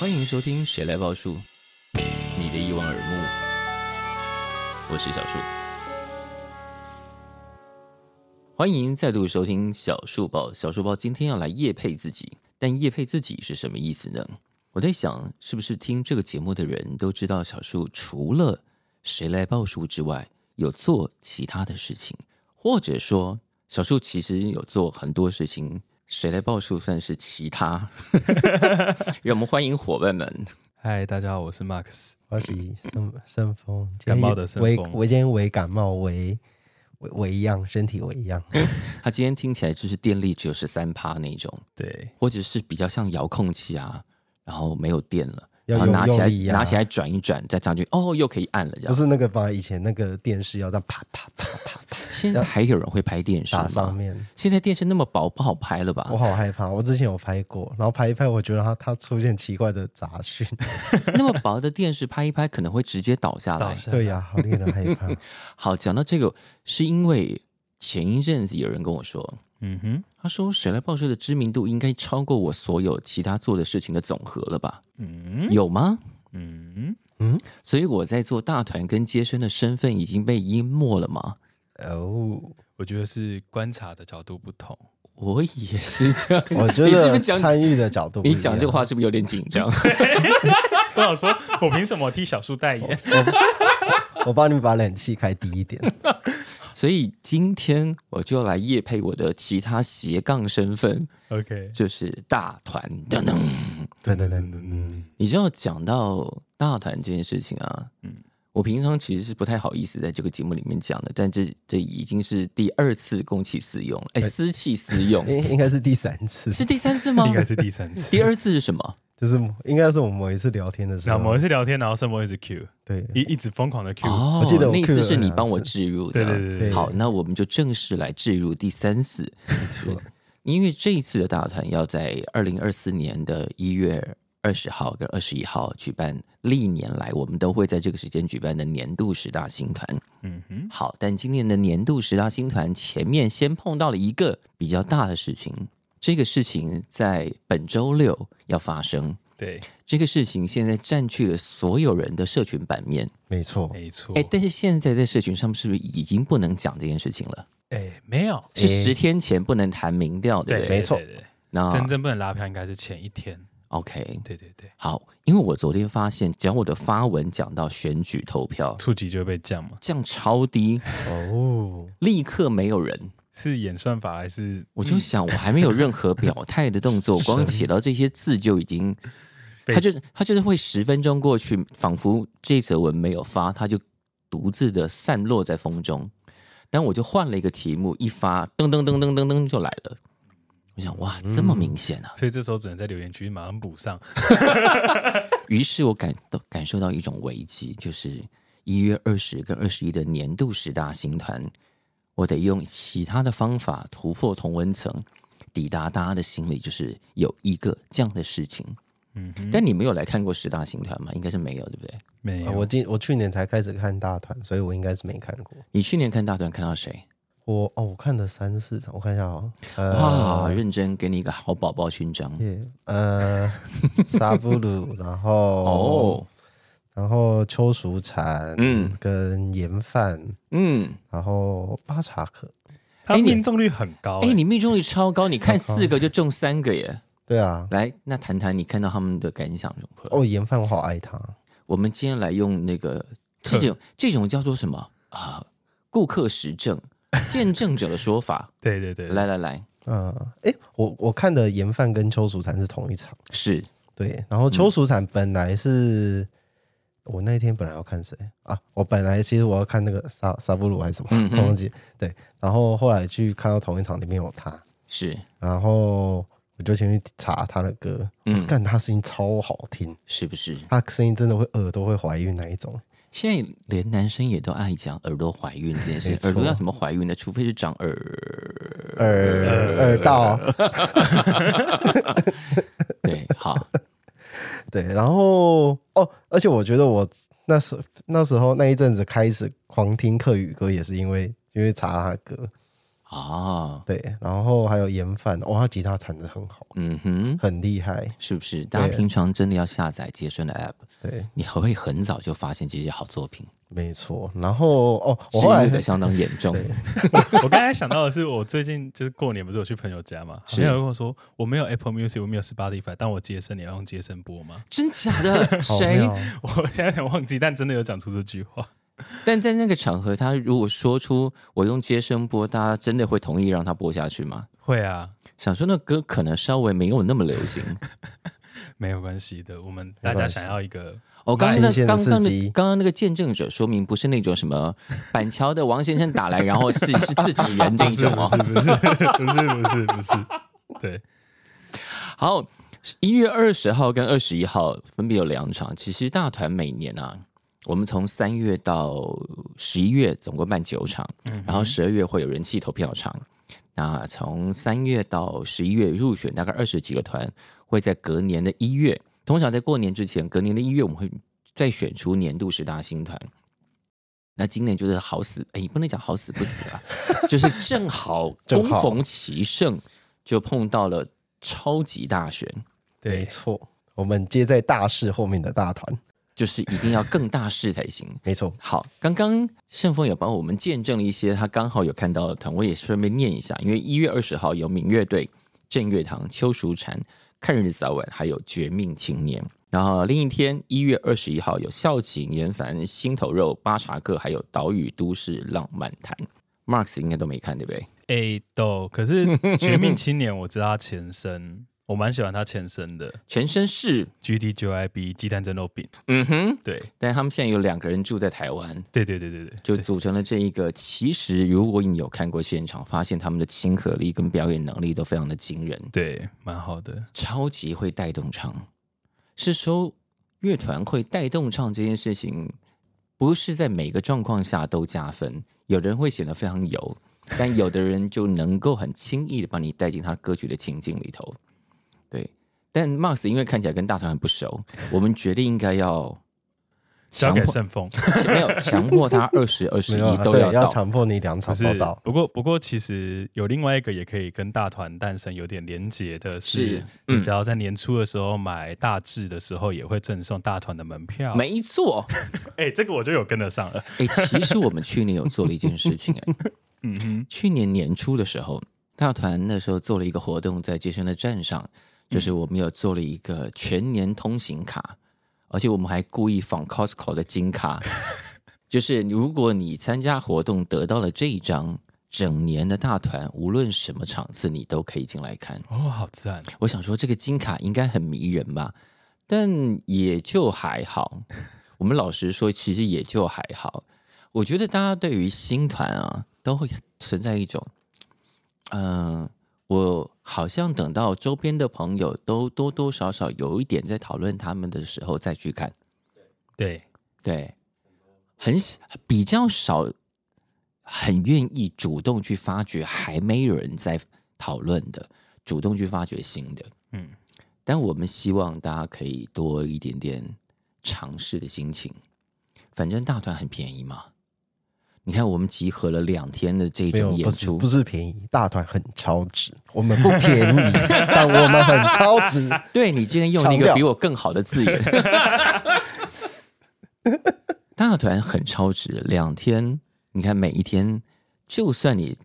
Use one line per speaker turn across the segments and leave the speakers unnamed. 欢迎收听《谁来报数》，你的一望而目，我是小树。欢迎再度收听小树报。小树报今天要来夜配自己，但夜配自己是什么意思呢？我在想，是不是听这个节目的人都知道小树除了《谁来报数》之外，有做其他的事情，或者说小树其实有做很多事情，《谁来报数》算是其他。让我们欢迎伙伴们。
嗨，大家好，我是 Max。
我是 生生风，
感冒的生
微
风
我今天微感冒，微微微一样，身体微 一样。
他今天听起来就是电力只有十三趴那种，
对，
或者是比较像遥控器啊，然后没有电了，
要
然后
用
拿起来、
用力啊
拿起来转一转，再上去，哦，又可以按了这
不
样。
是那个吧？以前那个电视要在啪啪啪啪
现在还有人会拍电视
打上哦
吗？啊
面，
现在电视那么薄，不好拍了吧
我？好害怕。我之前有拍过，然后拍一拍，我觉得它它出现奇怪的杂讯，
那么薄的电视拍一拍可能会直接倒 下来
倒。下
对呀、好令人害 怕。
好，讲到这个，是因为前一阵子有人跟我说，
嗯哼，
他说《谁来报税》的知名度应该超过我所有其他做的事情的总和了吧？
嗯
有吗？
嗯，
所以我在做大团跟接生的身份已经被淹没了吗？
哦，。
我觉得是观察的角度不同。
我也是这样
我觉
你是不
得
是讲
参与的角度不一
你
样，
讲这个话是不是有点紧 张？
我想说，我凭什么替小树代言？
我帮你把冷气开低一点。
所以今天我就要来夜配我的其他斜杠身份，
OK，
就是大团。噔噔，
对对对，嗯，
你知道讲到大团这件事情啊，嗯
嗯，
我平常其实是不太好意思在这个节目里面讲的，但这这已经是第二次公器私用，哎，私器私 用
应应该是第三次，
是第三次吗
应？该是第三次。
第二次是什么？
就是应该是我们某一次聊天的时
然后某
候
一，次聊天，然后盛波一直 Q，
对，
一一直疯狂的 Q。
哦，
我记得我
那一
cue
次
了
是你
两
帮我
次
置入的，
对对对对，
对
好，那我们就正式来置入第三次， 因为这一次的大团要在二零二四年的一月二十号跟二十一号举办历年来我们都会在这个时间举办的年度十大新团。
嗯哼，
好，但今年的年度十大新团前面先碰到了一个比较大的事情，这个事情在本周六要发生。
对，
这个事情现在占据了所有人的社群版面，
哦
没错，
没错。
哎，但是现在在社群上是不是已经不能讲这件事情了？
哎，没有，
是十天前不能谈民调，对不
对，啊
对？
没错
对对对
那
真正不能拉票应该是前一天。
OK，
对对对，
好，因为我昨天发现，只要我的发文讲到选举投票，
触及就会被降嘛？
降超低，
哦，
立刻没有人。
是演算法还是
我就想，我还没有任何表态的动作，光写到这些字就已经，
被
他就是他就是会十分钟过去，仿佛这则文没有发，他就独自的散落在风中。但我就换了一个题目，一发噔噔噔噔噔噔就来了。我想，哇，这么明显啊！
所以这时候只能在留言区马上补上。
于是我感到感受到一种危机，就是一月二十跟二十一的年度十大新团，我得用其他的方法突破同温层，抵达大家的心里，就是有一个这样的事情。
嗯哼，嗯
但你没有来看过十大新团吗？应该是没有，对不对？
没有，
啊我今我去年才开始看大团，所以我应该是没看过。
你去年看大团看到谁？
我哦，我看了三四场，我看一下哦，
哇，
呃，
啊认真给你一个好宝宝勋章
也呃， 沙布鲁，然后
哦。
然后邱淑婵，
嗯
嗯，跟严范，
嗯，
然后巴查克，
他
哎你
命中率很高、
哎、
哎
你命中率超高，你 看四个就中三个耶！
对啊，
来，那谈谈你看到他们的感想如何？
哦，严范我好爱他，
我们今天来用那个这种这种叫做什么啊？顾客实 证见证者的说法，
对对对，
来来来，
嗯、诶，我我看的严范跟邱淑婵是同一场，
是
对，然后
嗯
邱淑婵本来是。我那一天本来要看谁啊？我本来其实我要看那个沙沙布鲁还是什么
嗯嗯
童姐，对，然后后来去看到同一场里面有他，
是
然后我就先去查他的歌，
嗯
我是看他声音超好听，
是不是？
他声音真的会耳朵会怀孕那一种。
现在连男生也都爱讲耳朵怀孕这件事
没，错
耳朵要怎么怀孕呢？除非是长耳。
耳耳道
对，好，
对，然后哦，而且我觉得我那时那时候那一阵子开始狂听客语歌，也是因为因为查他的歌，
啊，
对，然后还有严范，哇、他吉他弹的很好，
嗯哼，
很厉害，
是不是？大家
对
平常真的要下载杰森的 app，
对，
你还会很早就发现这些好作品，
没错。然后哦，我
失
后来
误的相当严重。
我刚才想到的是，我最近就是过年不是有去朋友家嘛，好
是
像有人跟我说我没有 Apple Music，我没有 Spotify，但我接生，你要用接生播吗？
真假的？
好
谁？
妙
我现在有点忘记，但真的有讲出这句话。
但在那个场合，他如果说出我用接声播，大家真的会同意让他播下去吗？
会啊，
想说那歌可能稍微没有那么流行。
没有关系的，我们大家想要一个
哦，刚刚那
新鲜的
刚刚
刺
那
激
刚刚那个见证者说明不是那种什么板桥的王先生打来，然后自己是自己人这
不是
种
不
哦
是。不是不是不是不是，对，
好，一月二十号跟二十一号分别有两场。其实大团每年啊，我们从三月到十一月总共办九场，然
嗯
后十二月会有人气投票场。那从三月到十一月入选大概二十几个团，会在隔年的一月，通常在过年之前，隔年的一月我们会再选出年度十大新团。那今年就是好死，哎，不能讲好死不死 啊，就是正好
正
攻
好
逢其盛，就碰到了超级大选，
没错，我们接在大事后面的大团，
就是一定要更大事才行。
没错，
好，刚刚盛峰有帮我们见证了一些他刚好有看到的团，我也顺便念一下，因为一月二十号有闽乐队、正乐堂、邱淑婵、看日子早晚，还有绝命青年。然后另一天一月二十一号有孝景、严凡、心头肉、巴查克，还有岛屿都市浪漫谈。Marks 应该都没看，对不对？
A 哎豆。可是《绝命青年》，我知道他前身，我蛮喜欢他前身的
全身是，
G D 九 I B 鸡蛋蒸肉饼。
嗯哼。
对
但他们现在有两个人住在台湾，
对对对对对，
就是组成了这一个。其实，如果你有看过现场，发现他们的亲和力跟表演能力都非常的惊人，
对，蛮好的。
超级会带动唱。是说乐团会带动唱这件事情，不是在每个状况下都加分，有人会显得非常油，但有的人就能够很轻易的把你带进他歌曲的情境里头。对，但 Max 因为看起来跟大团很不熟，我们决定应该要
交
强
给
迫
盛峰。
没有强迫他二十二十
没有
一
啊
都
对
要
要
到。
强迫你两场
不
报
是
道，，
不过不过，其实有另外一个也可以跟大团诞生有点连结的是，
是
你只要在年初的时候买大致的时候，也会赠送大团的门票。
没错，
哎、这个我就有跟得上了。
哎、其实我们去年有做了一件事情、哎，
嗯哼，
去年年初的时候，大团那时候做了一个活动，在杰森的站上，就是我们有做了一个全年通行卡，而且我们还故意仿 Costco 的金卡，就是如果你参加活动得到了这一张，整年的大团无论什么场次你都可以进来看。
哦，好赞！
我想说这个金卡应该很迷人吧，但也就还好。我们老实说，其实也就还好。我觉得大家对于新团啊，都会存在一种，嗯、我好像等到周边的朋友都多多少少有一点在讨论他们的时候再去看，
对，
对，很比较少，很愿意主动去发掘还没有人在讨论的，主动去发掘新的。
嗯，
但我们希望大家可以多一点点尝试的心情。反正大团很便宜嘛，你看我们集合了两天的这
没有
种演
不是
出，
不是便宜，大团很超值，我们不便 宜，但我们很超值，
对你今天用了一
强
个
调
比我更好的字 眼，大团很超值，两天，你看每一天，就算你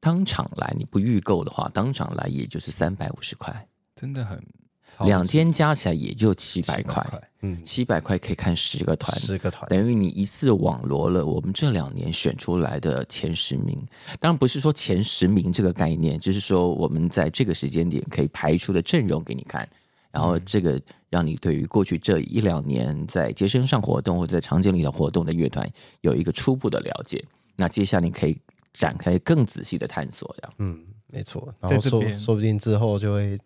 当场来，你不预购的话，当场来也就是三百五十块，
真的很超
两天加起来也就七百
700
块，
嗯，
七百块可以看十个团，
十个团，
等于你一次网罗了我们这两年选出来的前十名。当然不是说前十名这个概念，就是说我们在这个时间点可以排出的阵容给你看，然后这个让你对于过去这一两年在街身上活动或者在场景里的活动的乐团有一个初步的了解。那接下来你可以展开更仔细的探索，这样
嗯，没错，然
在
后
这
说
边
说不定之后就会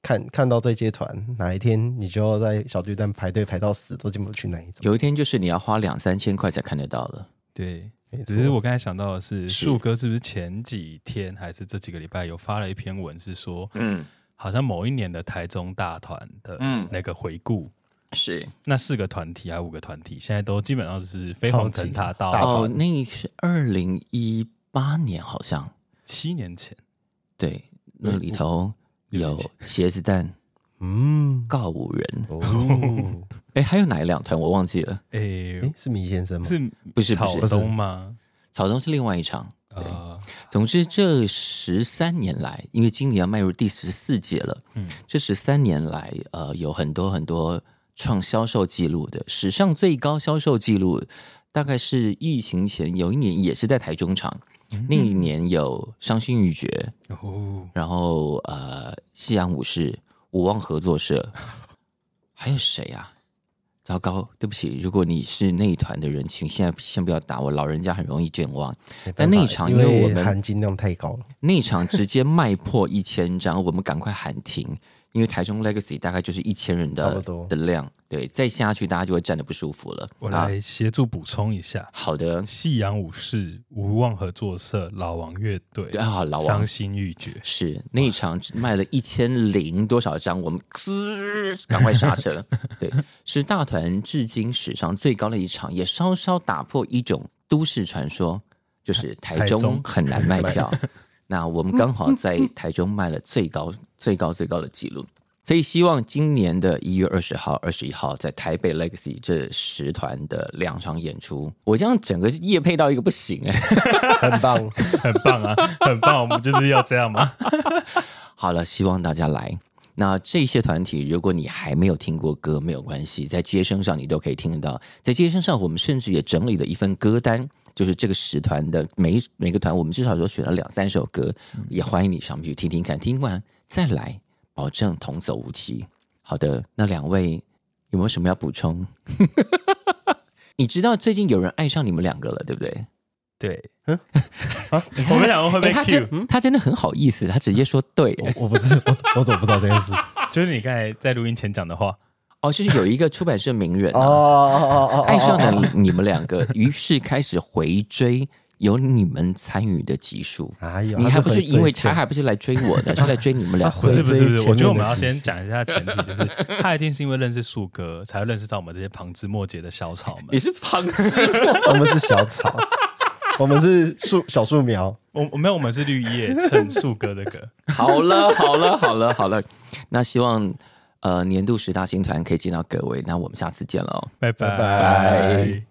看看到这些团，哪一天你就要在小巨蛋排队排到死都进不去那一种，
有一天就是你要花两三千块才看得到了。
对。
没错
只是我刚才想到的是，
是
树哥是不是前几天还是这几个礼拜有发了一篇文，是说
嗯，
好像某一年的台中大团的
嗯
那个回顾，
是
那四个团体还有五个团体，现在都基本上就是飞黄腾达
大
到
超级
哦
团，
那是二零一八年好像，
七年前，
对，那里头有茄子蛋、
嗯，
告五人，
哦，
哎，还有哪两团我忘记了，
诶、
诶，是米先生吗？
是
不是
草
不
是
东吗？
草东是另外一场。
呃，
总之，这十三年来，因为今年要迈入第十四届了，
嗯
这十三年来，呃，有很多很多创销售记录的，史上最高销售记录，大概是疫情前有一年也是在台中场，那一年有伤心欲绝，
哦，
然后呃，西洋武士、五望合作社，还有谁啊？糟糕，对不起，如果你是那一团的人，请现在先不要打我，老人家很容易健忘。
没办法
但那一场
因
因为我们
含金量太高了，
那一场直接卖破一千张，我们赶快喊停，因为台中 Legacy 大概就是一千人
差不
的
多
的量，对，再下去大家就会站得不舒服了。
我
啊，
来协助补充一下，
好的，
夕阳武士、无望合作社、老王乐队、
啊，老王
伤心欲绝，
是那一场只卖了一千零多少张，我们嘶赶快刹车。对，是大团至今史上最高的一场，也稍稍打破一种都市传说，就是台
台
中
中
很难卖票。那我们刚好在台中卖了最高、最高、最高的记录，所以希望今年的一月二十号、二十一号在台北 Legacy 这十团的两场演出，我这样整个夜配到一个不行哎、
很 棒。
很棒啊，很棒，我们就是要这样嘛。
好了，希望大家来。那这些团体，如果你还没有听过歌，没有关系，在街声上你都可以听得到。在街声上，我们甚至也整理了一份歌单，就是这个十团的每一每个团，我们至少说选了两三首歌，也欢迎你上去听听看，听完再来，保证童叟无欺。好的，那两位有没有什么要补充？ 你知道最近有人爱上你们两个了，对不对？
对，
啊
我们两个会被
哎嗯他
Q，、
真他真的很好意思，他直接说对、哎
我我不知我我怎么不知道这件事？
就是你刚才在录音前讲的话，
哦，就是有一个出版社名人、
哦
啊、
哦哦哦，哦
爱上了你们两个，于是开始回追有你们参与的集数。
哎呦，
你还不是因为他
他
还不是来追我的，是来追你们两
他
不
个
回。
是不
这
是
一
不是，我觉得我们要
前面的
先讲一下前提，就是 他一定是因为认识树哥，才会认识到我们这些旁枝末节的小草们。
是旁枝末
我们是小草，我们是树小树苗，
我我没有，我们是绿 叶蹭树哥的歌。
好了，好了，好了，好了。那希望呃年度十大新团可以见到各位，那我们下次见了哦。
拜
拜拜